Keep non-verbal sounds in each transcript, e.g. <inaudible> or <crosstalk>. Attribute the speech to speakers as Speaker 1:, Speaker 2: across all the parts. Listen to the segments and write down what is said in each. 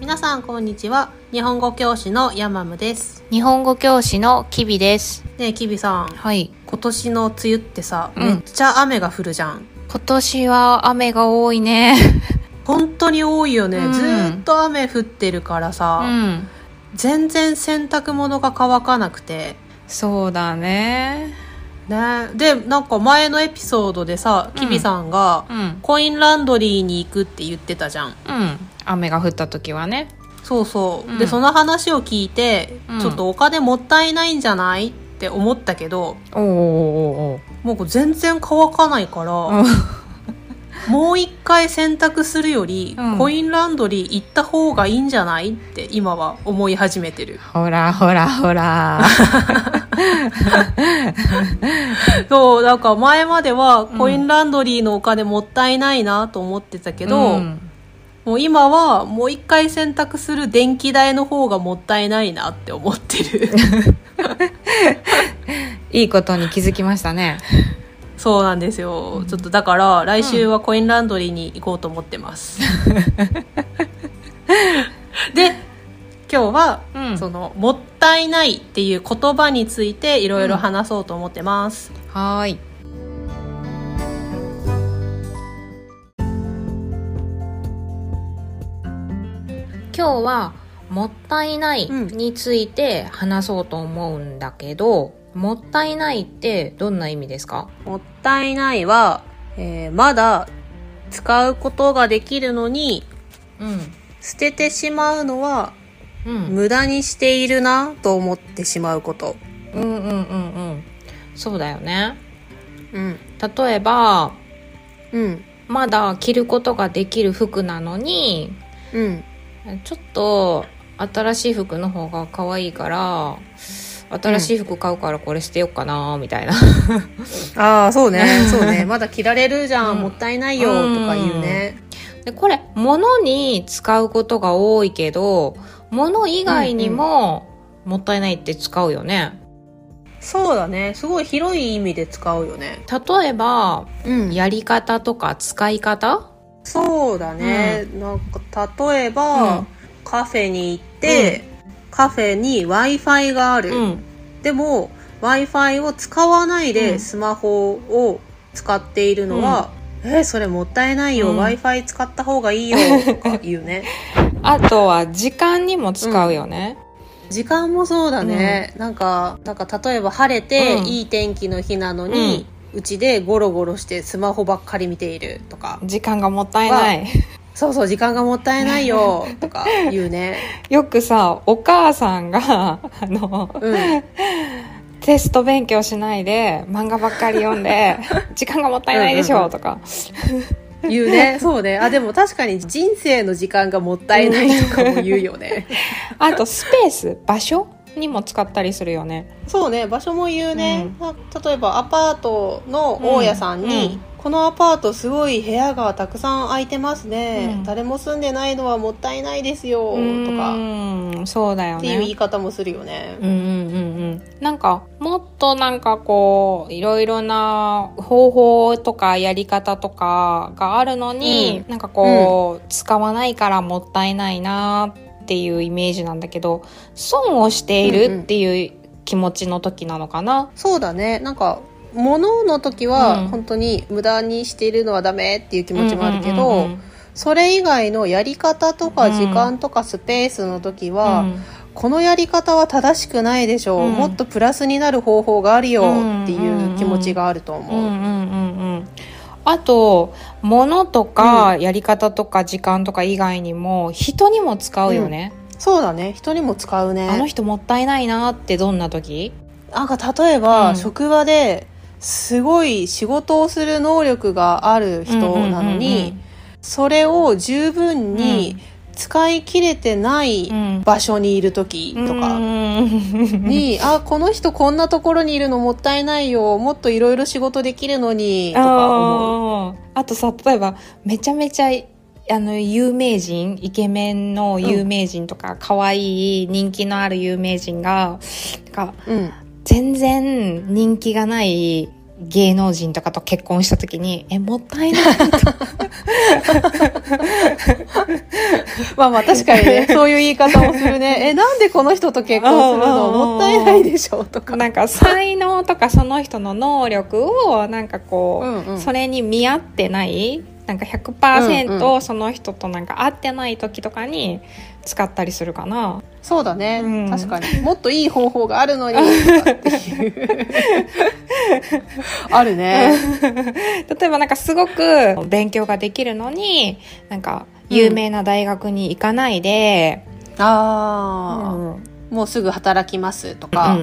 Speaker 1: 皆さんこんにちは日本語教師のヤマムです
Speaker 2: 日本語教師のキビです。
Speaker 1: ねえキビさん
Speaker 2: はい。
Speaker 1: 今年の梅雨ってさ、
Speaker 2: うん
Speaker 1: めっちゃ雨が降るじゃん
Speaker 2: 今年は雨が多いね。
Speaker 1: 本当に多いよね、
Speaker 2: うん
Speaker 1: ずーっと雨降ってるから
Speaker 2: う
Speaker 1: さ、
Speaker 2: ん。
Speaker 1: 全然洗濯物が乾かなくて
Speaker 2: そうだね。
Speaker 1: ねでなんか前のエピソードでさ
Speaker 2: うん
Speaker 1: キビさんが、
Speaker 2: うん。
Speaker 1: コインランドリーに行くって言ってたじゃん
Speaker 2: うん。雨が降った時はね。
Speaker 1: そうそう、
Speaker 2: うん
Speaker 1: でその話を聞いて、
Speaker 2: うん
Speaker 1: ちょっとお金もったいないんじゃないって思ったけど
Speaker 2: おーおーお
Speaker 1: も
Speaker 2: ー
Speaker 1: う全然乾かないから、
Speaker 2: おー
Speaker 1: もう一回洗濯するより、
Speaker 2: うん
Speaker 1: コインランドリー行った方がいいんじゃないって今は思い始めてる
Speaker 2: ほらほらほら。
Speaker 1: <laughs> そうなんか前までは
Speaker 2: うん
Speaker 1: コインランドリーのお金もったいないなと思ってたけ
Speaker 2: け
Speaker 1: ど、もう今はもう一回洗濯する電気代の方がもったいないなって思って <laughs> る
Speaker 2: いいことに気づきましたね。
Speaker 1: そうなんですよ、ちょっとだから来週はコインランドリーに行こうと思って <laughs> ます、で今日は
Speaker 2: うん
Speaker 1: その「もったいない」っていう言葉についていろいろ話そうと思ってます、
Speaker 2: はーい。今日はもったいない
Speaker 1: うん
Speaker 2: について話そうと思うんだけど、もったいないってどんな意味ですか？
Speaker 1: もったいないは、えーまだ使うことができるのに
Speaker 2: うん。
Speaker 1: 捨ててしまうのは
Speaker 2: うん。
Speaker 1: 無駄にしているなと思ってしまうこと、
Speaker 2: うんうんうんうん。そうだよね。
Speaker 1: うん
Speaker 2: 例えば
Speaker 1: うん
Speaker 2: まだ着ることができる服なのに、
Speaker 1: うん
Speaker 2: ちょっと新しい服の方が可愛いから新しい服買うからこれ捨てようかなみたいな、
Speaker 1: ああそうね <laughs> そうねまだ着られるじゃん、
Speaker 2: うん
Speaker 1: もったいないよとか言うね、
Speaker 2: でこれ物に使うことが多いけど物以外にももったいないって使うよね
Speaker 1: そうだねすごい広い意味で使うよね
Speaker 2: 例えば
Speaker 1: うん
Speaker 2: やり方とか使い方
Speaker 1: そうだね、なんか例えば、
Speaker 2: うん
Speaker 1: カフェに行って、カフェに w i f i がある、
Speaker 2: うん
Speaker 1: でも w i f i を使わないうで
Speaker 2: ん
Speaker 1: スマホを使っているのは、えーそれもったいないよ、
Speaker 2: うん
Speaker 1: w i f i 使った方がいいよとか言うね
Speaker 2: あとは時間にも使うよね、
Speaker 1: <laughs> 時間もそうだね、なんかなんか例えば晴れて、
Speaker 2: うん
Speaker 1: いい天気の日なのに、うちでゴロゴロしてスマホばっかり見ているとか
Speaker 2: 時間がもったいない
Speaker 1: そうそう時間がもったいないよとか言うね
Speaker 2: よくさお母さんがあの
Speaker 1: うん
Speaker 2: テスト勉強しないで漫画ばっかり読ん
Speaker 1: <laughs>
Speaker 2: で時間がもったいないでし
Speaker 1: うんうんう
Speaker 2: ょ
Speaker 1: ん
Speaker 2: とか
Speaker 1: 言うね。そうね。あ、でも確かに人生の時間がもったいないとかも言うよね。
Speaker 2: あとスペース場所にも使ったりするよね
Speaker 1: <laughs> そうね。場所も言うね。あ例えばアパートの大家さんに、
Speaker 2: うんうん
Speaker 1: このアパートすごい部屋がたくさん空いてますね。
Speaker 2: うん
Speaker 1: 誰も住んでないのはもったいないですよ。
Speaker 2: う
Speaker 1: とか。
Speaker 2: ーんそうだよ
Speaker 1: っていう言
Speaker 2: ね
Speaker 1: い方もするよね。
Speaker 2: うんうんうんうんなんかもっとなんかこういろいろな方法とかやり方とかがあるのに、なんかこう、使わないからもったいないなっていうイメージなんだけど損をしているっていう気持ちの時なのかな、
Speaker 1: そうだね。なんか、物の時
Speaker 2: う
Speaker 1: は
Speaker 2: ん
Speaker 1: 本当に無駄にしているのはダメっていう気
Speaker 2: 気
Speaker 1: 持ちもあるけど、それ以外のやり方とか時間とかスペースの時は、このやり方は正しくないでしょう、
Speaker 2: うん
Speaker 1: もっとプラスになる方法があるよ
Speaker 2: うん
Speaker 1: っていう気持ちがあると思
Speaker 2: う
Speaker 1: う。
Speaker 2: んうんうんうんあと物とかやり方とか時間とか以外にも人にも使うよね、
Speaker 1: そうだね人にも使う
Speaker 2: あの
Speaker 1: ね
Speaker 2: 人もったいないなってどんな時
Speaker 1: なんか例えば、
Speaker 2: うん
Speaker 1: 職場ですごい仕事をする能力がある人なのに、それを十分に使い切れてない
Speaker 2: うんうんうんうん
Speaker 1: 場所にいる時とか。
Speaker 2: うん
Speaker 1: に、あ、この人こんなところにいるのもったいないよ。もっといろいろ仕事できるのに、とか思う。
Speaker 2: あーあとさ例えばめちゃめちゃあの有名人イケメンの有名人とか可愛、い人気のある有名人がなんか
Speaker 1: うん。
Speaker 2: 全然人気がない芸能人とかと結婚した時にえもったいない
Speaker 1: ままあまあ確かに <laughs> ね、そういう言い方もする <laughs> ね。え、なんでこの人と結婚するのもったいないでしょとか。
Speaker 2: なんか才能とかその人の能力をなんかこう、
Speaker 1: うんうん
Speaker 2: それに見合ってないなんか
Speaker 1: うんう
Speaker 2: 100%その人となんか合ってない時とかに使ったりするかな、
Speaker 1: <laughs> そうだね、
Speaker 2: うん
Speaker 1: 確かに。もっといい方法があるのに、とかっていう。 <laughs> あるね。
Speaker 2: 例えばなんかすごく勉強ができるのになんか有名な大学に行かないで、う
Speaker 1: ああ、
Speaker 2: んうん
Speaker 1: もうすぐ働きますと
Speaker 2: う
Speaker 1: か、っ
Speaker 2: んう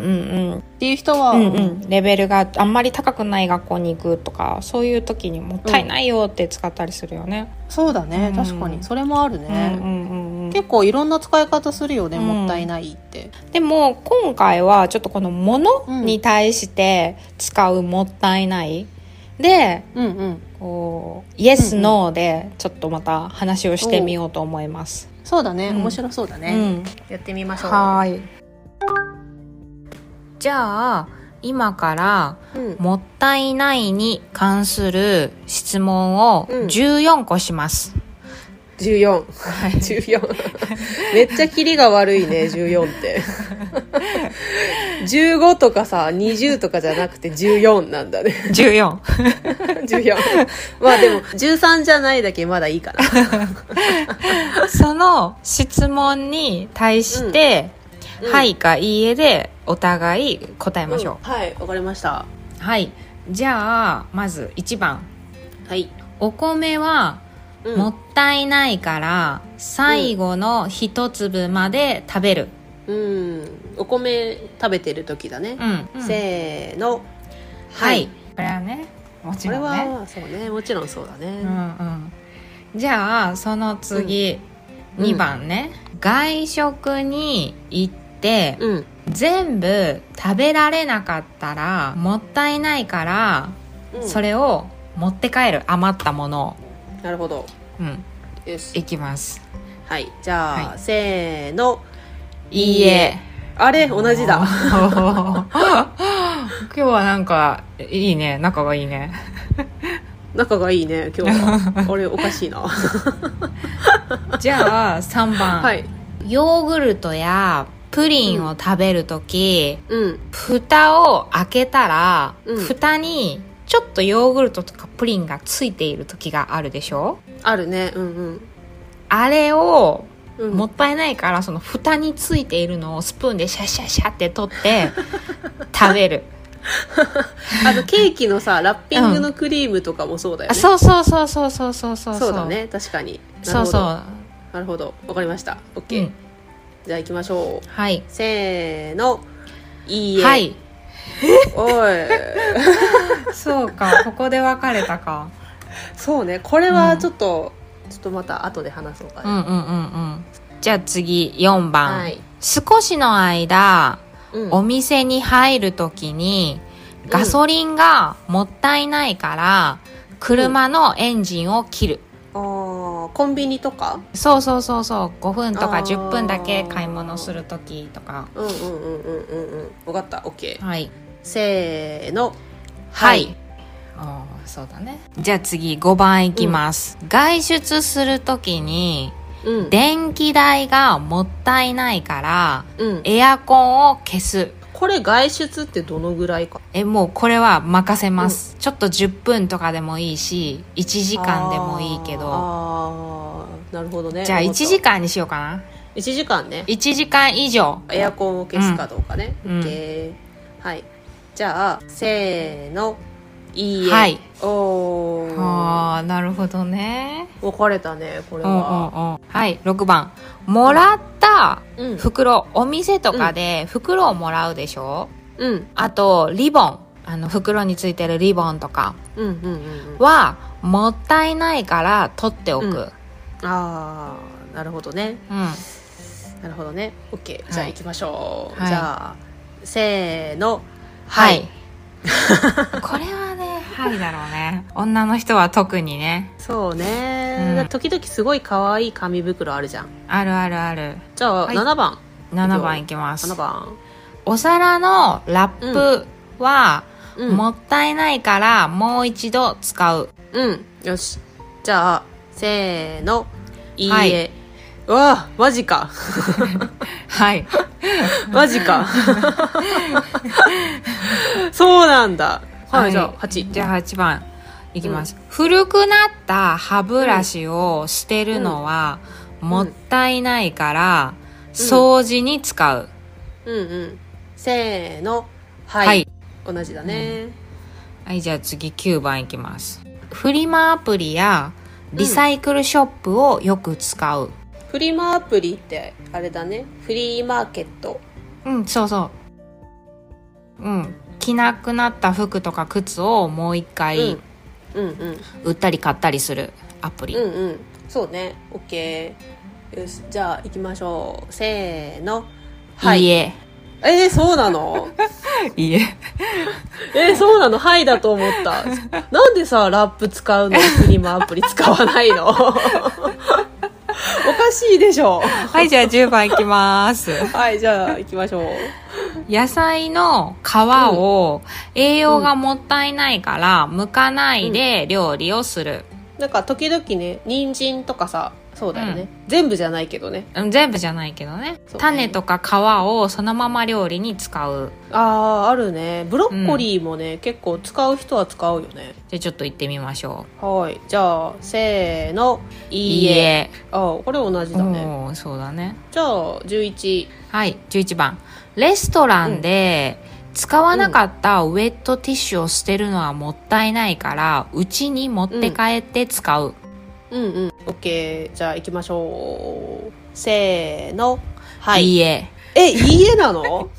Speaker 2: ん
Speaker 1: ていう人は、
Speaker 2: うんうんレベルがあんまり高くない学校に行くとかそういう時にもったいないよって使ったりするよね。
Speaker 1: そうだね、
Speaker 2: うん
Speaker 1: 確かに。それもあるね。
Speaker 2: うんうんうんうん
Speaker 1: 結構いろんな使い方するよね、
Speaker 2: うん
Speaker 1: もったいないって。
Speaker 2: でも今回はちょっとこの「もの」に対して使う「もったいない」で
Speaker 1: うんうん。
Speaker 2: こう「イエス・ノー」でちょっとまた話をしてみようと思います。
Speaker 1: そうだね、
Speaker 2: うん
Speaker 1: 面白そうだ
Speaker 2: う
Speaker 1: ね、
Speaker 2: ん、
Speaker 1: やってみましょう。
Speaker 2: はーいじゃあ今から
Speaker 1: うん
Speaker 2: 「もったいない」に関する質問を
Speaker 1: うん
Speaker 2: 14個
Speaker 1: <laughs>
Speaker 2: します。
Speaker 1: 14。14。めっちゃキリが悪いね、14って。15とかさ、20とかじゃなくて14なんだね。 <laughs>
Speaker 2: 14
Speaker 1: 14。まあでも、13じゃないだけまだいい
Speaker 2: <laughs>
Speaker 1: かな。
Speaker 2: その質問に対して、
Speaker 1: うんうん
Speaker 2: はいかいいえでお互い答えましょ
Speaker 1: はい、わかりました。
Speaker 2: う、はいじゃあまず1番
Speaker 1: はい。
Speaker 2: お米は
Speaker 1: うん
Speaker 2: もったいないから最後の一粒まで食べる、
Speaker 1: うん。お米食べてる時だね
Speaker 2: う。ん
Speaker 1: せーの。
Speaker 2: はい、。これはねもち
Speaker 1: これ
Speaker 2: ろんね
Speaker 1: は、そうね、もちろんそうだ
Speaker 2: うんう
Speaker 1: ね。
Speaker 2: んじゃあその次、
Speaker 1: うん
Speaker 2: 2番ね、外食に行って、
Speaker 1: うん。
Speaker 2: 全部食べられなかったらもったいないから、そ
Speaker 1: れ。
Speaker 2: れを持って帰る余ったもの
Speaker 1: なるほど。
Speaker 2: を、うん、
Speaker 1: よし。
Speaker 2: いきます
Speaker 1: はい。じゃ
Speaker 2: は
Speaker 1: あ、せーの。
Speaker 2: いいえ
Speaker 1: あれ同
Speaker 2: <laughs>
Speaker 1: じだ
Speaker 2: お。ー今日はなんかいいね仲がいい
Speaker 1: <laughs>
Speaker 2: ね
Speaker 1: 仲がいいね今日
Speaker 2: <laughs>
Speaker 1: はあれおかしいなは
Speaker 2: じゃあ3番、
Speaker 1: い
Speaker 2: ヨーグルトやプリンを食べるとき、
Speaker 1: うん
Speaker 2: 蓋を開けたら、
Speaker 1: うん
Speaker 2: 蓋にちょっとヨーグルトとかプリンがついている時があるでしょ
Speaker 1: あるねうんうん
Speaker 2: あれを
Speaker 1: うん
Speaker 2: もったいないからその蓋についているのをスプーンでシャシャシャって取って食べ
Speaker 1: <laughs>
Speaker 2: る
Speaker 1: あとケーキの
Speaker 2: <laughs>
Speaker 1: さラッピングのクリームとかもそうだよ
Speaker 2: あ
Speaker 1: ね、
Speaker 2: そうそうそうそうそうそうそう
Speaker 1: そうだね確かに
Speaker 2: そう
Speaker 1: う
Speaker 2: そ
Speaker 1: なるほどわかりましたオッ
Speaker 2: う、
Speaker 1: ケー、じゃあ行きましょう
Speaker 2: はい
Speaker 1: せーのいいえ、
Speaker 2: は、い <laughs>
Speaker 1: おい
Speaker 2: そう <laughs> かここで分かれたか
Speaker 1: そうねこれはちょっと、ちょっとまた後で話そうか
Speaker 2: う
Speaker 1: ね、
Speaker 2: んうんうんうんじゃあ次4番、
Speaker 1: はい
Speaker 2: 少しの間
Speaker 1: うん
Speaker 2: お店に入るときに
Speaker 1: ん
Speaker 2: ガソリンがもったいないから車のエンジンを切る、
Speaker 1: あーコンビニとか
Speaker 2: そうそうそうそう5分とか
Speaker 1: あー
Speaker 2: 10分だけ買い物する時とか
Speaker 1: うんうんうんうんうんうん分かったオッケー
Speaker 2: はい
Speaker 1: せーの
Speaker 2: はい、ああそうだねじゃあ次5番いきます、外出する時に
Speaker 1: うん
Speaker 2: 電気代がもったいないから
Speaker 1: うん、
Speaker 2: エアコンを消す
Speaker 1: これ外出ってどのぐらいか
Speaker 2: えもうこれは任せます、ちょっと10分とかでもいいし1時間でもいいけど
Speaker 1: あーあーなるほどね
Speaker 2: じゃあ1時
Speaker 1: 間
Speaker 2: 間にしようかな
Speaker 1: 1時間ね
Speaker 2: 1時間以上
Speaker 1: エアコンを消すかどうかね、
Speaker 2: うん
Speaker 1: オッケーはいじゃあせーのいいえ、
Speaker 2: はい
Speaker 1: おー
Speaker 2: ああなるほどね
Speaker 1: 分かれたねこれ
Speaker 2: うんうんうん
Speaker 1: は
Speaker 2: はい6番もらった
Speaker 1: うん
Speaker 2: 袋お店とかで袋をもらうでしょ、
Speaker 1: うんうん
Speaker 2: あとリボンあの袋についてるリボンとか
Speaker 1: うんうんうん
Speaker 2: はもったいないから取っておく、
Speaker 1: う
Speaker 2: うんん
Speaker 1: ああなるほどねなるほどねオッケーじゃあ
Speaker 2: はい
Speaker 1: 行きましょう、
Speaker 2: はい
Speaker 1: じゃあせーの
Speaker 2: はい <laughs> これはねはいだろうね女の人は特にね
Speaker 1: そう
Speaker 2: う
Speaker 1: ね
Speaker 2: ん、
Speaker 1: だ時々すごい可愛い紙袋あるじゃん
Speaker 2: あるあるある
Speaker 1: じゃあ、
Speaker 2: はい
Speaker 1: 7番
Speaker 2: 7番いきます
Speaker 1: 7番
Speaker 2: お皿のラップは、
Speaker 1: うん
Speaker 2: もったいないからもう一度使う
Speaker 1: うんよしじゃあせーのいいえ、
Speaker 2: はい
Speaker 1: わあマジか
Speaker 2: はい。
Speaker 1: マジかそうなんだはい、じゃあ8
Speaker 2: じゃあ8番いきます、古くなった歯ブラシを捨てるのはもったいないから、掃除に使う、
Speaker 1: うんうんせーのはい、
Speaker 2: はい
Speaker 1: 同じだね、
Speaker 2: はいじゃあ次9番いきますフリマアプリやリサイクルショップをよく使う
Speaker 1: フリマアプリってあれだねフリーマーケット
Speaker 2: うん、そうそううん着なくなった服とか靴をもう一回
Speaker 1: うんうん
Speaker 2: 売ったり買ったりするアプリ、
Speaker 1: うんうんそうね OK よしじゃあ行きましょうせーの
Speaker 2: いいえ
Speaker 1: えー、そうなの
Speaker 2: いいえ
Speaker 1: えー、そうなのはいだと思ったなんでさラップ使うのフリマアプリ使わないの <laughs> おかしいでしょ
Speaker 2: <laughs> はいじゃあ10番いきます
Speaker 1: はいじゃあ行きましょう
Speaker 2: 野菜の皮を栄養がもったいないから剥かないで料理をする、
Speaker 1: なんか時々ね人参とかさそうだよね、全部じゃないけどね
Speaker 2: うん全部じゃないけどね
Speaker 1: そう
Speaker 2: 種とか皮をそのまま料理に使う
Speaker 1: あああるねブロッコリーもね、結構使う人は使うよね
Speaker 2: じゃあちょっと行ってみましょ
Speaker 1: はいじゃあせーの
Speaker 2: う
Speaker 1: いいえああこれ同じだね
Speaker 2: おーそうだね
Speaker 1: じゃあ11
Speaker 2: はい11番レストランで使わなかったウェットティッシュを捨てるのはもったいないからうちに持って帰って使う、
Speaker 1: うんうん OK じゃあ行きましょうせーのはいい
Speaker 2: いえ
Speaker 1: えいいえな <laughs> の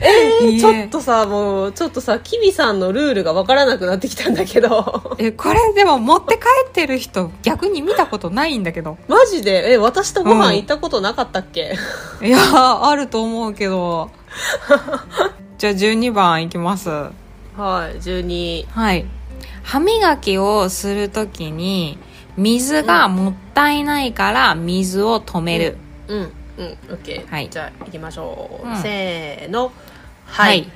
Speaker 1: えー
Speaker 2: いいえ
Speaker 1: ちょっとさもうちょっとさキミさんのルールがわからなくなってきたんだけど <laughs>
Speaker 2: えこれでも持って帰ってる人逆に見たことないんだけど
Speaker 1: マジでえ私とご
Speaker 2: う
Speaker 1: 飯
Speaker 2: ん
Speaker 1: 行ったことなかったっけ、
Speaker 2: いやーあると思うけど
Speaker 1: <laughs>
Speaker 2: じゃあ12番いきますは
Speaker 1: はい12
Speaker 2: い歯磨きをするときに水がもったいないから水を止める、
Speaker 1: うんうん OK、
Speaker 2: はい
Speaker 1: じゃあ行きましょう、
Speaker 2: うん
Speaker 1: せーのはい、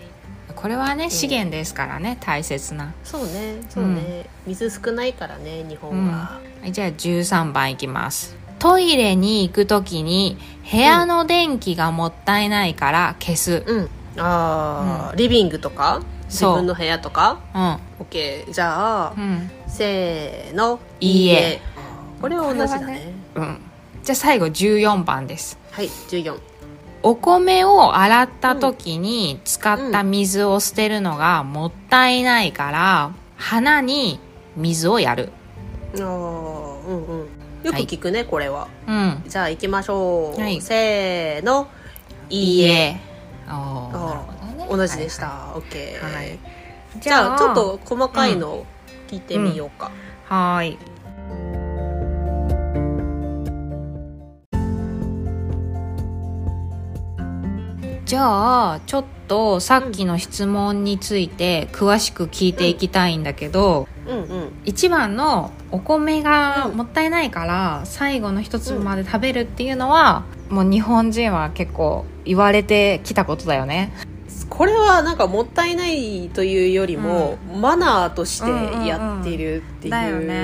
Speaker 2: これはね資源ですからね大切な、
Speaker 1: そうねそうね、水少ないからね日本は、
Speaker 2: はい、じゃあ13番いきますトイレに行くときに部屋の電気がもったいないから消す、
Speaker 1: うんあー、リビングとか自
Speaker 2: そう
Speaker 1: 分の部屋とか
Speaker 2: うん、
Speaker 1: OK じゃあ、
Speaker 2: うん
Speaker 1: せーの
Speaker 2: いいえ
Speaker 1: これは同じだ
Speaker 2: こ
Speaker 1: ね
Speaker 2: れはねうん、じゃあ最後14番です
Speaker 1: はい14
Speaker 2: お米を洗った時に使った水を捨てるのがもったいないから花に水をやる
Speaker 1: あーうんうんよく聞くね、これは
Speaker 2: うん
Speaker 1: じゃあ行きましょう、
Speaker 2: はい
Speaker 1: せーのい
Speaker 2: い
Speaker 1: い
Speaker 2: い
Speaker 1: え
Speaker 2: えおーなるほど
Speaker 1: 同
Speaker 2: ね
Speaker 1: じでした、
Speaker 2: は
Speaker 1: OK、
Speaker 2: はいい
Speaker 1: じゃあちょっと細かいのを聞いてみようか、
Speaker 2: はーいじゃあちょっとさっきの質問について詳しく聞いていきたいんだけど、
Speaker 1: うんうん
Speaker 2: 一番のお米がもったいないから最後の一粒まで食べるっていうのは、もう日本人は結構言われてきたことだよね
Speaker 1: これはなんかもったいないというよりも、マナーとしてやってるってい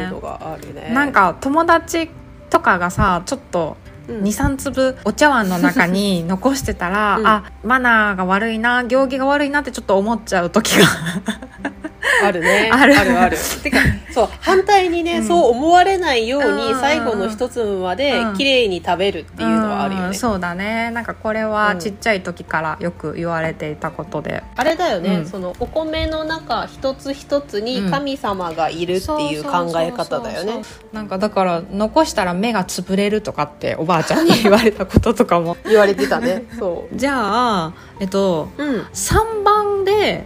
Speaker 1: うのがあるね、
Speaker 2: なんか友達とかがさちょっと
Speaker 1: うん、
Speaker 2: 23粒お茶碗の中 <laughs> に残してたら、
Speaker 1: うん
Speaker 2: あマナーが悪いな行儀が悪いなってちょっと思っちゃう時が
Speaker 1: あるね
Speaker 2: ある
Speaker 1: あるあ
Speaker 2: <laughs>
Speaker 1: るてかそう反対にね、
Speaker 2: うん
Speaker 1: そう思われないように
Speaker 2: うん
Speaker 1: 最後の一粒まで
Speaker 2: うん
Speaker 1: 綺麗に食べるっていうのはあるよ
Speaker 2: うん
Speaker 1: ね、
Speaker 2: そうだねなんかこれ
Speaker 1: う
Speaker 2: は
Speaker 1: ん
Speaker 2: ちっちゃい時からよく言われていたことで、
Speaker 1: あれだよね、
Speaker 2: うん
Speaker 1: そのお米の中一つ一つ
Speaker 2: う
Speaker 1: に
Speaker 2: ん
Speaker 1: 神様がいるっていう考え方だよね、
Speaker 2: なんかだから残したら目が潰れるとかっておばあちゃんに言われたこととかも
Speaker 1: 言われてたねそ
Speaker 2: <laughs> じゃあえっと
Speaker 1: ううん
Speaker 2: 3番で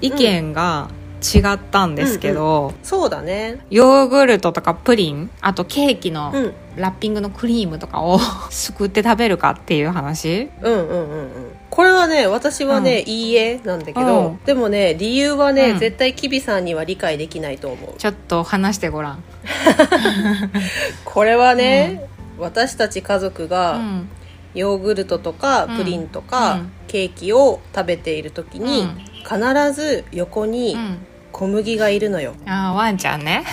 Speaker 2: 意見が違ったんですけど、
Speaker 1: そうだね
Speaker 2: ヨーグルトとかプリンあとケーキの
Speaker 1: うん
Speaker 2: ラッピングのクリームとかを <laughs> すくって食べるかっていう話
Speaker 1: うんうんうんうんこれはね私はね、いいえなんだけど、
Speaker 2: うん
Speaker 1: でもね理由はね、
Speaker 2: うん
Speaker 1: 絶対キビさんには理解できないと思う
Speaker 2: ちょっと話してごらん、
Speaker 1: これはね、私たち家族が、
Speaker 2: うん
Speaker 1: ヨーグルトとか
Speaker 2: うん
Speaker 1: プリンとか、
Speaker 2: うん
Speaker 1: ケーキを食べている時に、
Speaker 2: うん
Speaker 1: 必ず横に
Speaker 2: うん
Speaker 1: 小麦がいるのよ、
Speaker 2: あーワンちゃんね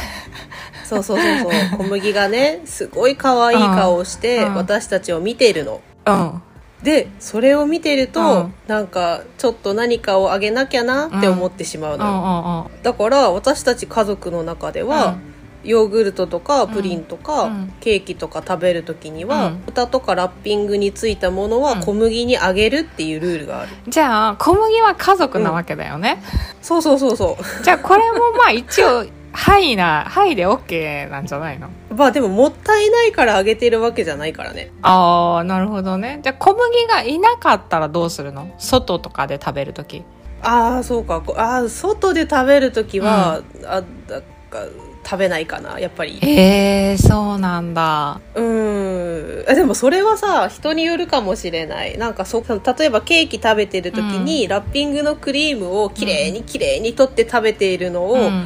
Speaker 1: そうそうそうそう小
Speaker 2: <laughs>
Speaker 1: 麦がねすごい可愛い顔をして
Speaker 2: うんうん
Speaker 1: 私たちを見ているの。
Speaker 2: うん
Speaker 1: でそれを見ていると、
Speaker 2: うん
Speaker 1: なんかちょっと何かをあげなきゃなって思ってしまう
Speaker 2: う
Speaker 1: のよ、
Speaker 2: んうんうん
Speaker 1: だから私たち家族の中では、ヨーグルトとかプリンとか、
Speaker 2: うん
Speaker 1: ケーキとか食べる時には、
Speaker 2: うん
Speaker 1: 豚とかラッピングについたもの
Speaker 2: う
Speaker 1: は
Speaker 2: ん
Speaker 1: 小麦にあげるっていうルールがある、
Speaker 2: じゃあ小麦は家族なわけだよね、
Speaker 1: そうそうそうそ
Speaker 2: じゃあこれもまあ一応ハイなハイで OK なんじゃないの
Speaker 1: う <laughs> まあでももったいないからあげてるわけじゃないからね
Speaker 2: ああなるほどねじゃあ小麦がいなかったらどうするの外とかで食べる時
Speaker 1: ああそうかこあー外で食べる時は、あだか食べないかなやっぱり
Speaker 2: えー、そうなんだ
Speaker 1: うーんあでもそれはさ人によるかもしれないなんかそう例えばケーキ食べてる時に、ラッピングのクリームをきれいにきれいに取って食べているのを、う
Speaker 2: うん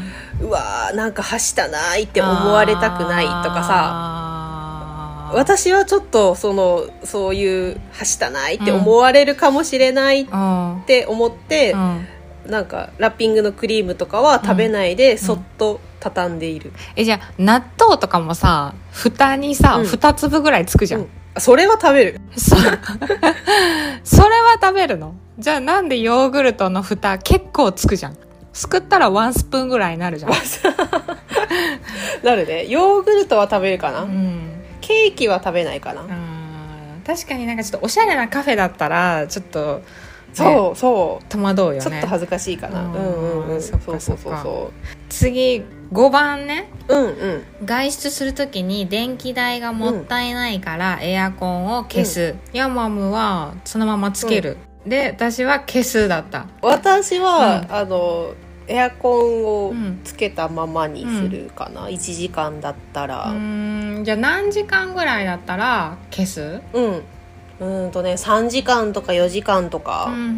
Speaker 1: わーなんかはしたないって思われたくないとかさ
Speaker 2: あー
Speaker 1: 私はちょっとそのそういうはしたないって思われるかもしれないっ
Speaker 2: うん
Speaker 1: て思って、
Speaker 2: うん
Speaker 1: なんかラッピングのクリームとかは食べないで、そっと畳んでいる、
Speaker 2: えじゃあ納豆とかもさ蓋にさ、
Speaker 1: うん
Speaker 2: 2粒ぐらいつくじゃん、
Speaker 1: うんそれは食べる
Speaker 2: そそれは食べるのじゃあなんでヨーグルトの蓋結構つくじゃんすくったらワンスプーンぐらいになるじゃん、
Speaker 1: なるねヨーグルトは食べるかな、
Speaker 2: うん、
Speaker 1: ケーキは食べないかな、
Speaker 2: あー確かになんかちょっとおしゃれなカフェだったらちょっと、ね
Speaker 1: そうそう
Speaker 2: 戸惑うよね
Speaker 1: ちょっと恥ずかしいかな、
Speaker 2: うん
Speaker 1: うんうんうん
Speaker 2: そ
Speaker 1: そ
Speaker 2: っ
Speaker 1: う
Speaker 2: か
Speaker 1: そうそうそ
Speaker 2: 次5番ね
Speaker 1: ううんうん
Speaker 2: 外出するときに電気代がもったいないからエアコンを消す、ヤマムはそのままつける、で私は消すだった
Speaker 1: 私は、
Speaker 2: うん
Speaker 1: あのエアコンを
Speaker 2: うん
Speaker 1: つけたままにするかな、一1時間だった
Speaker 2: う
Speaker 1: ら
Speaker 2: ーんじゃあ何時間ぐらいだったら消す
Speaker 1: うんうーんとね3時間とか4時間と
Speaker 2: うん
Speaker 1: か
Speaker 2: うんうんうん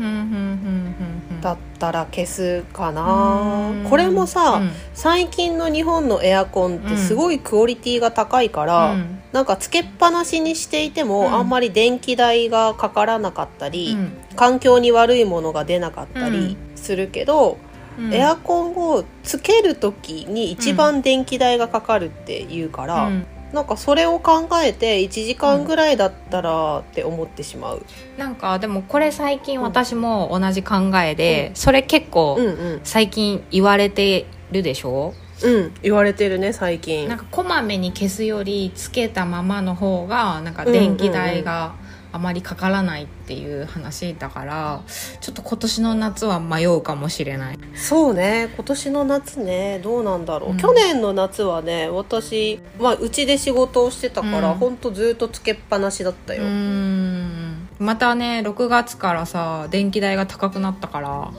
Speaker 2: うん
Speaker 1: だったら消すかな、
Speaker 2: うん
Speaker 1: これもさ、
Speaker 2: うん
Speaker 1: 最近の日本のエアコンってすごいクオリティが高いから、
Speaker 2: うん
Speaker 1: なんかつけっぱなしにしていても、
Speaker 2: うん
Speaker 1: あんまり電気代がかからなかったり、
Speaker 2: うん
Speaker 1: 環境に悪いものが出なかったりするけど、
Speaker 2: うん
Speaker 1: エアコンをつける時に一番電気代がかかるっていうから、
Speaker 2: うん
Speaker 1: なんかそれを考えて1時間ぐらいだったらって思ってしまう。
Speaker 2: なんかでもこれ最近私も同じ考えで、それ結構
Speaker 1: うんうん
Speaker 2: 最近言われてるでしょ、
Speaker 1: うん、言われてるね最近
Speaker 2: なんかこまめに消すよりつけたままの方がなんか電気代があまりかからないっていう話だからちょっと今年の夏は迷うかもしれない
Speaker 1: そうね今年の夏ねどうなんだろう、
Speaker 2: うん
Speaker 1: 去年の夏はね私まあうちで仕事をしてたから、
Speaker 2: うん
Speaker 1: ほんとずっとつけっぱなしだったよ、
Speaker 2: うーんまたね6月からさ電気代が高くなったから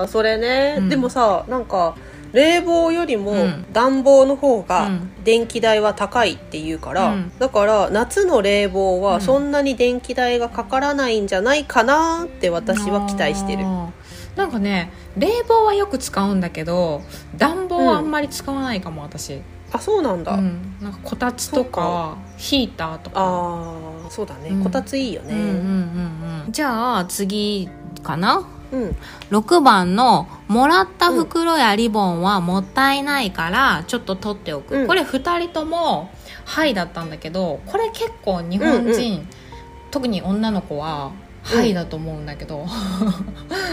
Speaker 1: あーそれね、
Speaker 2: うん
Speaker 1: でもさなんか冷房よりも
Speaker 2: うん
Speaker 1: 暖房の方
Speaker 2: う
Speaker 1: が
Speaker 2: ん
Speaker 1: 電気代は高いっていうから、
Speaker 2: うん
Speaker 1: だから夏の冷房
Speaker 2: う
Speaker 1: は
Speaker 2: ん
Speaker 1: そんなに電気代がかからないんじゃないかなって私は期待してる、
Speaker 2: あーなんかね冷房はよく使うんだけど暖房はあんまり使わないかも、私、
Speaker 1: あそうなんだ、
Speaker 2: うん、なんかこたつと
Speaker 1: そう
Speaker 2: か
Speaker 1: か
Speaker 2: ヒーターとか
Speaker 1: あーそうだね、
Speaker 2: うん
Speaker 1: こたついいよね
Speaker 2: うんうんうんうんじゃあ次かな
Speaker 1: うん
Speaker 2: 6番の「もらった袋やリボンはもったいないからちょっと取っておく」
Speaker 1: うん
Speaker 2: これ2人とも「はい」だったんだけどこれ結構日本人、
Speaker 1: うん
Speaker 2: 特に女の子は「
Speaker 1: うん
Speaker 2: はい」だと思うんだけど、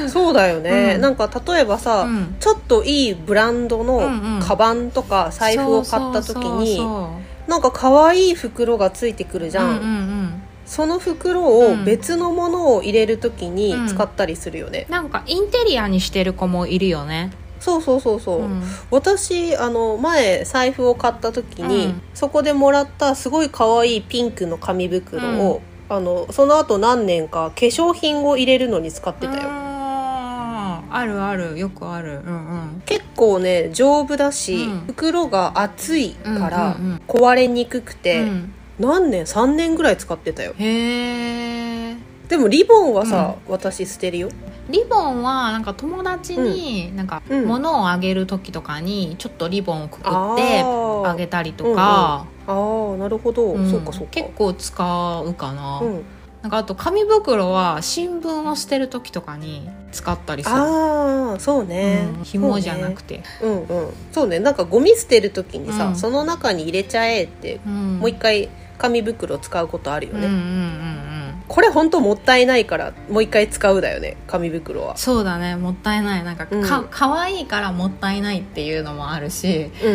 Speaker 1: そうだよね、
Speaker 2: うん
Speaker 1: なんか例えばさ、
Speaker 2: <laughs> うん
Speaker 1: ちょっといいブランド
Speaker 2: うんうん
Speaker 1: のカバンとか財布を買った時に
Speaker 2: そうそう
Speaker 1: なんか可愛い袋がついてくるじ
Speaker 2: そう
Speaker 1: ゃ
Speaker 2: うん
Speaker 1: ん、
Speaker 2: うんうん
Speaker 1: その袋を別のものを入れる時に
Speaker 2: うん
Speaker 1: 使ったりするよね、
Speaker 2: なんかインテリアにしてる子もいるよね、
Speaker 1: そうそうそうそう、
Speaker 2: うん
Speaker 1: 私あの前財布を買った時に、
Speaker 2: うん
Speaker 1: そこでもらったすごい可愛いピンクの紙袋を、あのその後何年か化粧品を入れるのに使ってた
Speaker 2: うー
Speaker 1: よ、
Speaker 2: んあるあるよくあるうんうん
Speaker 1: 結構ね丈夫だし、
Speaker 2: うん
Speaker 1: 袋が厚いから
Speaker 2: うんうんうん
Speaker 1: 壊れにくくて、
Speaker 2: うん
Speaker 1: 何年3年ぐらい使ってたよ
Speaker 2: へえ
Speaker 1: でもリボンはさ、私捨てるよ
Speaker 2: リボンはなんか友達になんか
Speaker 1: うん
Speaker 2: 物をあげる時とかにちょっとリボンをくくって
Speaker 1: あ
Speaker 2: あ
Speaker 1: ー
Speaker 2: げたりと
Speaker 1: あ
Speaker 2: か、
Speaker 1: あなるほど、
Speaker 2: うん
Speaker 1: そうかそうか
Speaker 2: 結構使うかな、
Speaker 1: うん
Speaker 2: なんかあと紙袋は新聞を捨てる時とかに使ったりする。
Speaker 1: ああそうね、
Speaker 2: うん、紐じゃなくて、
Speaker 1: そうねうんうんそうねなんかゴミ捨てる時にさ、
Speaker 2: うん
Speaker 1: その中に入れちゃえって、
Speaker 2: うん
Speaker 1: もう一回紙袋使うことあるよね、
Speaker 2: うんうんうんうん
Speaker 1: これ本当もったいないからもう一回使うだよね紙袋
Speaker 2: <laughs>
Speaker 1: は
Speaker 2: そうだねもったいないなんかか,、
Speaker 1: うん
Speaker 2: かわいいからもったいないっていうのもあるし、
Speaker 1: う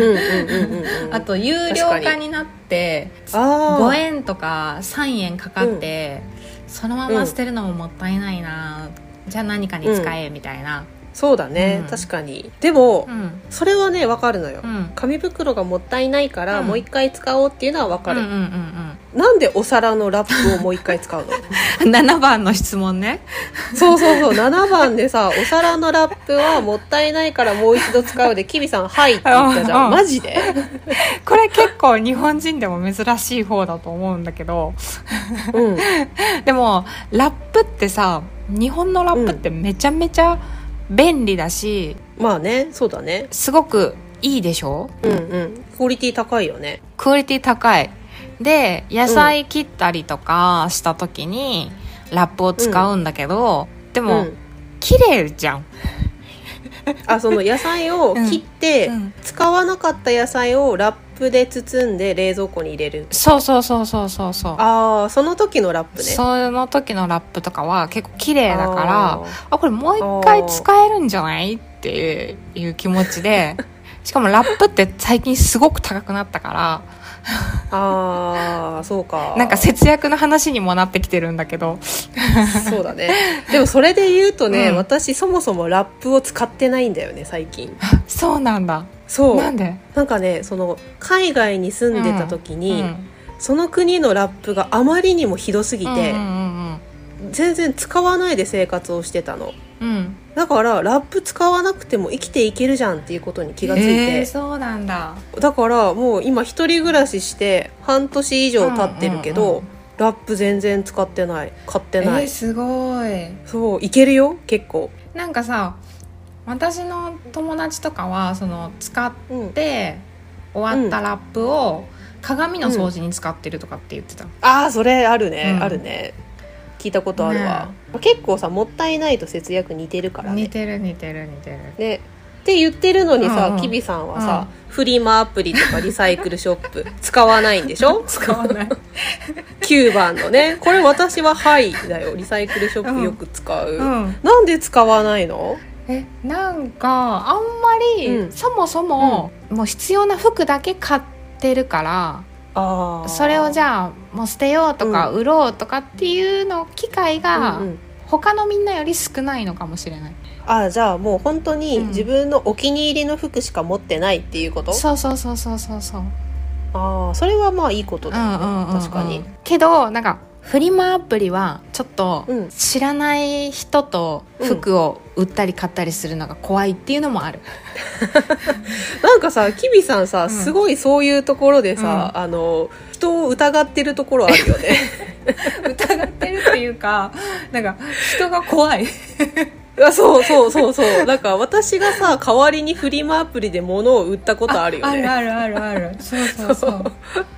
Speaker 1: んうんうんうんうんうん
Speaker 2: あと有料化になって
Speaker 1: あ
Speaker 2: 5
Speaker 1: 円
Speaker 2: 円とか3円かかって、そのまま捨てるのももったいないな、じゃあ何かに使えみたいな
Speaker 1: そうだね、
Speaker 2: うん
Speaker 1: 確かにでも、
Speaker 2: うん
Speaker 1: それはねわかるのよ、
Speaker 2: うん
Speaker 1: 紙袋がもったいないから、
Speaker 2: うん
Speaker 1: もう一回使おうっていうのはわか
Speaker 2: うんう
Speaker 1: る、
Speaker 2: んうん
Speaker 1: なんでお皿のラップをもう一回
Speaker 2: <laughs>
Speaker 1: 使うの
Speaker 2: うん、7番の質問ね
Speaker 1: そうそうそう7番でさお皿のラップはもったいないからもう一度使うでキビさん「はい」って言ったじゃ
Speaker 2: うん
Speaker 1: んマジで
Speaker 2: これ結構日本人でも珍しい方だと思うんだけど
Speaker 1: うん
Speaker 2: でもラップってさ日本のラップってめちゃめちゃ便利だし、
Speaker 1: まあねそうだね
Speaker 2: すごくいいでしょ
Speaker 1: うんうんクオリティ高いよね
Speaker 2: クオリティ高いで野菜切ったりとかした時にラップを使うんだけど、で
Speaker 1: う
Speaker 2: も、
Speaker 1: ん
Speaker 2: 綺麗じゃん、
Speaker 1: あその野菜を切って、
Speaker 2: うん
Speaker 1: 使わなかった野菜をラップで包んで冷蔵庫に入れる
Speaker 2: そうそうそうそうそうそう
Speaker 1: ああその時のラップね
Speaker 2: その時のラップとかは結構綺麗だから
Speaker 1: あー
Speaker 2: あこれもう一回使えるんじゃないっていう気持ち
Speaker 1: <laughs>
Speaker 2: でしかもラップって最近すごく高くなったか
Speaker 1: あーそうから
Speaker 2: なんか節約の話にもなってきてるんだけど
Speaker 1: そうだねでもそれで言うとね、
Speaker 2: うん
Speaker 1: 私そもそもラップを使ってないんだよね最近
Speaker 2: そうなんだ
Speaker 1: そう
Speaker 2: なんで
Speaker 1: なんかねその海外に住んでた時に、
Speaker 2: うん
Speaker 1: その国のラップがあまりにもひどすぎて
Speaker 2: うんう、ん
Speaker 1: 全然使わないで生活をしてたの
Speaker 2: うんうん
Speaker 1: だからラップ使わなくても生きていけるじゃんっていうことに気がつい
Speaker 2: えー
Speaker 1: て、
Speaker 2: そうなんだ
Speaker 1: だからもう今一人暮らしして半年以上経ってるけど、
Speaker 2: うんうんうん
Speaker 1: ラップ全然使ってない買ってない、
Speaker 2: えーすごい
Speaker 1: そういけるよ結構
Speaker 2: なんかさ私の友達とかはその使っ
Speaker 1: うん
Speaker 2: て終わったラップを鏡の掃除に使ってるとかって言ってた、
Speaker 1: ああそれあるね、
Speaker 2: うん
Speaker 1: あるね聞いたことあるわ、結構さもったいないと節約似てるから
Speaker 2: 似
Speaker 1: ね
Speaker 2: てる似てる似てる
Speaker 1: でって言ってるのに
Speaker 2: うん
Speaker 1: さ、
Speaker 2: うん
Speaker 1: キビさんはさ、フリマアプリとかリサイクルショップ <laughs> 使わないんでしょ
Speaker 2: 使わない
Speaker 1: 9番のねこれ私は「はい」だよリサイクルショップよく使う、
Speaker 2: <laughs> うん
Speaker 1: なんで使わないの
Speaker 2: えなんかあんまり、
Speaker 1: うん
Speaker 2: そもそも、もう必要な服だけ買ってるから
Speaker 1: あ
Speaker 2: それをじ
Speaker 1: ゃ
Speaker 2: ゃあもう捨てようとか、売ろうとかっていうの機会が、
Speaker 1: うんうん
Speaker 2: 他のみんなより少ないのかもしれない
Speaker 1: あーじゃあもう本当に
Speaker 2: うん
Speaker 1: 自分のお気に入りの服しか持ってないっていうこと、
Speaker 2: そうそうそうそうそうそう
Speaker 1: ああそれはまあいいことだよね、
Speaker 2: 確
Speaker 1: 確かに
Speaker 2: けどなんかフリマアプリはちょっと
Speaker 1: うん
Speaker 2: 知らない人と服を売ったり買ったりするのが怖いっていうのもある、
Speaker 1: なんかさキビさんさ、
Speaker 2: ん
Speaker 1: すごいそういうところでさ、あの人を疑ってるところあるよ
Speaker 2: <laughs>
Speaker 1: ね
Speaker 2: 疑ってるっていうか <laughs> なんか人が怖い
Speaker 1: あそうそうそうそうなんか私がさ代わりにフリマアプリで物を売ったことあるよ
Speaker 2: ある
Speaker 1: ね
Speaker 2: あるあるあるそうそうそう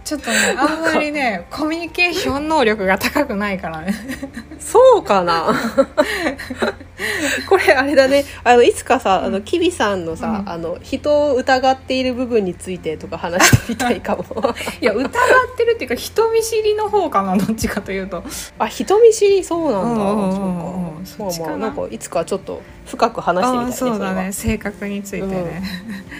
Speaker 2: ちょっとねあんまりねコミュニケーション能力が高くないからね
Speaker 1: そうか
Speaker 2: <laughs>
Speaker 1: なこれあれだねあのいつかさあのキビさんのさ、
Speaker 2: うん
Speaker 1: あの人を疑っている部分についてとか話してみたいか
Speaker 2: <laughs>
Speaker 1: も
Speaker 2: <laughs> いや疑ってるっていうか人見知りの方かなどっちかというと
Speaker 1: あ人見知りそうなんだ、
Speaker 2: うんうんうんうん
Speaker 1: そう
Speaker 2: そ
Speaker 1: か
Speaker 2: っちか
Speaker 1: まあま
Speaker 2: な
Speaker 1: あなんかいつかちょっと深く話してみたい
Speaker 2: ああ
Speaker 1: ね
Speaker 2: そう
Speaker 1: れ
Speaker 2: だ
Speaker 1: は
Speaker 2: ね性格についてね、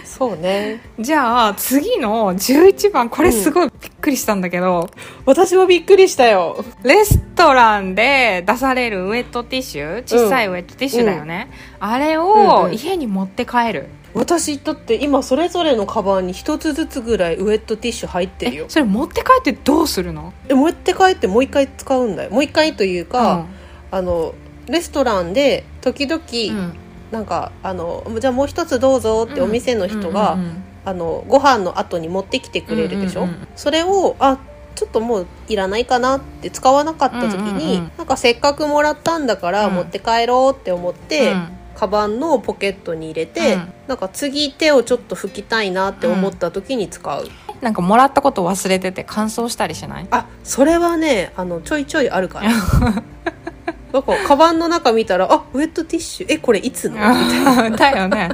Speaker 1: そうね
Speaker 2: じゃあ次の11番これすごいびっくりしたんだけど、
Speaker 1: 私もびっくりしたよ
Speaker 2: レストランで出されるウェットティッシュ小さいウェットティッシュだよね、あれ
Speaker 1: うん
Speaker 2: を
Speaker 1: うん
Speaker 2: 家に持って帰る、
Speaker 1: 私だって今それぞれのカバンに一つずつぐらいウェットティッシュ入ってるよ
Speaker 2: えそれ持って帰ってどうするの
Speaker 1: え持って帰ってもう一回使うんだよもう一回というか、あのレストランで時々、
Speaker 2: うんうん
Speaker 1: なんかあのじゃあもう一つどうぞってお店の人が、
Speaker 2: うんうんうん
Speaker 1: あのご飯の後に持ってきてくれるでしょ、
Speaker 2: うんうんうん
Speaker 1: それをあちょっともういらないかなって使わなかった時に、
Speaker 2: うんうんうん
Speaker 1: なんかせっかくもらったんだから
Speaker 2: うん
Speaker 1: 持って帰ろうって思って、
Speaker 2: うん
Speaker 1: カバンのポケットに入れて、
Speaker 2: うん
Speaker 1: なんか次手をちょっと拭きたいなって思った時に使う、
Speaker 2: なんかもらったこと忘れてて乾燥したり
Speaker 1: <laughs>
Speaker 2: しない
Speaker 1: あそれはねあのちょいちょいある
Speaker 2: <laughs>
Speaker 1: からなんかカバンの中見たらあウェットティッシュえこれいつのみたいな
Speaker 2: だよね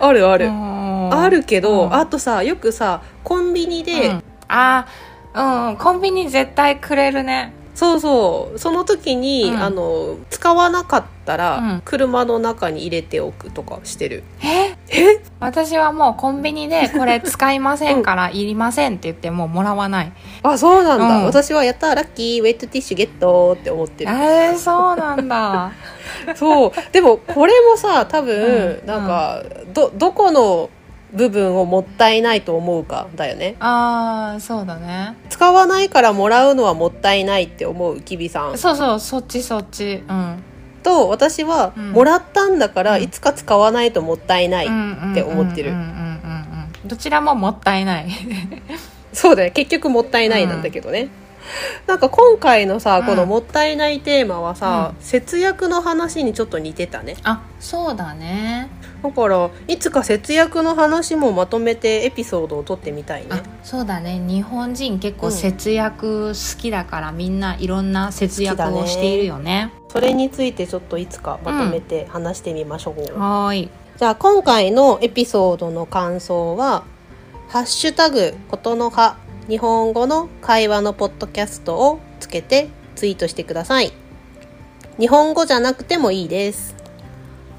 Speaker 1: あるあ
Speaker 2: あ
Speaker 1: るあ
Speaker 2: あ
Speaker 1: るけど、
Speaker 2: うん
Speaker 1: あとさよくさコンビニで、
Speaker 2: うん、あーうんコンビニ絶対くれるね
Speaker 1: そうそうその時に、
Speaker 2: うん
Speaker 1: あの使わなかったら、
Speaker 2: うん
Speaker 1: 車の中に入れておくとかしてる
Speaker 2: え
Speaker 1: え
Speaker 2: 私はもうコンビニ
Speaker 1: <laughs>
Speaker 2: でこれ使いませんからいりませんって言ってもうもらわない
Speaker 1: あそうなんだ、
Speaker 2: うん
Speaker 1: 私はやったーラッキーウェットティッシュゲットーって思ってる
Speaker 2: えー、そうなんだ
Speaker 1: そうでもこれもさ多分、
Speaker 2: うん
Speaker 1: なんか、どどこの部分をもったいないと思うかだよね
Speaker 2: あーそうだね
Speaker 1: 使わないからもらうのはもったいないって思うきびさん
Speaker 2: そうそうそっちそっちうん
Speaker 1: と私は、
Speaker 2: うん
Speaker 1: もらったんだから、
Speaker 2: うん
Speaker 1: いつか使わないともったいない、
Speaker 2: っ
Speaker 1: って思ってる
Speaker 2: うんうんうんうんうんどちらももったいない <laughs>
Speaker 1: そうだよ結局もったいないなんだけどね、なんか今回のさ、
Speaker 2: うん
Speaker 1: この「もったいない」テーマはさ、節約の話にちょっと似てたね
Speaker 2: あそうだね
Speaker 1: だからいつか節約の話もまとめてエピソードを撮ってみたいね
Speaker 2: あそうだね日本人結
Speaker 1: う
Speaker 2: 構
Speaker 1: ん
Speaker 2: 節約好きだから、みんないろんな節約
Speaker 1: 好きだ
Speaker 2: を
Speaker 1: ね
Speaker 2: しているよね
Speaker 1: それについてちょっといつかまとめて話してみましょう、
Speaker 2: はーい
Speaker 1: じゃあ今回のエピソードの感想は「ハッシュタグことの葉日本語の会話のポッドキャスト」をつけてツイートしてください日本語じゃなくてもいいです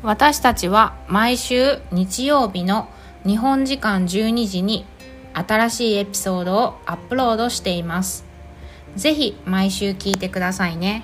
Speaker 2: 私たちは毎週日曜日の日本時間12時に新しいエピソードをアップロードしていますぜひ毎週聞いてくださいね